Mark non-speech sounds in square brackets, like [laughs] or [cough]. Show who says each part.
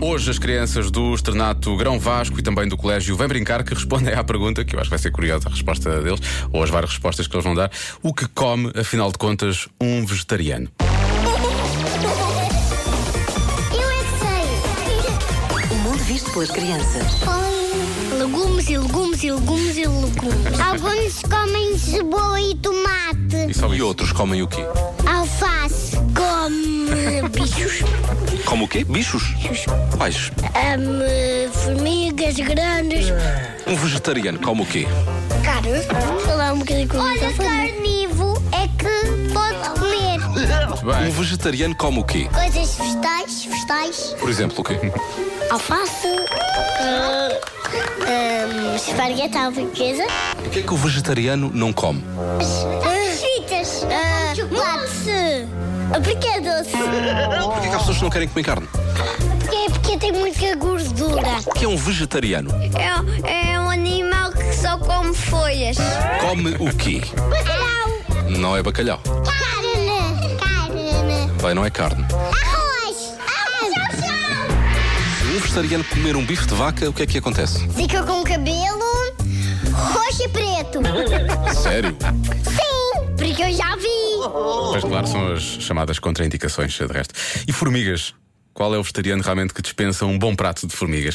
Speaker 1: Hoje as crianças do Externato Grão Vasco e também do Colégio Vem Brincar que respondem à pergunta, que eu acho que vai ser curiosa a resposta deles, ou as várias respostas que eles vão dar, o que come, afinal de contas, um vegetariano.
Speaker 2: Eu é que sei.
Speaker 3: O mundo visto pelas crianças.
Speaker 2: Comem legumes e legumes e legumes e legumes. Alguns comem cebola e tomate.
Speaker 1: só
Speaker 4: E outros comem o quê?
Speaker 2: Alface come bichos.
Speaker 4: Como o quê? Bichos? Quais?
Speaker 2: Ame Hum, formigas grandes.
Speaker 4: Um vegetariano come o quê?
Speaker 2: Carne. Sei lá, um bocadinho com Olha, carnívoro é que pode comer.
Speaker 4: Um
Speaker 1: Bem,
Speaker 4: vegetariano come o quê?
Speaker 2: Coisas vegetais, vegetais.
Speaker 4: Por
Speaker 1: [laughs]
Speaker 4: exemplo, o quê?
Speaker 2: Alface. Um, Ah, esparguete à burguesa.
Speaker 4: O que é que o vegetariano não come?
Speaker 2: Fritas. Ah, Chocolate. Porque é hum. doce.
Speaker 4: Porquê que as pessoas não querem comer carne?
Speaker 2: Porque é porque tem muita gordura.
Speaker 4: O que é um vegetariano?
Speaker 2: É, é um animal que só come folhas.
Speaker 4: Come o quê?
Speaker 2: Bacalhau.
Speaker 4: Não é bacalhau.
Speaker 2: Carne. Carne.
Speaker 4: Bem, não é carne.
Speaker 2: Arroz. Arroz. Tchau, tchau.
Speaker 4: Se um vegetariano comer um bife de vaca, o que é que acontece?
Speaker 2: Fica com o cabelo roxo e preto.
Speaker 4: Sério?
Speaker 2: Sim, porque eu já vi.
Speaker 1: pois claro, são as chamadas contraindicações, de resto. E formigas? Qual é o vegetariano realmente que dispensa um bom prato de formigas?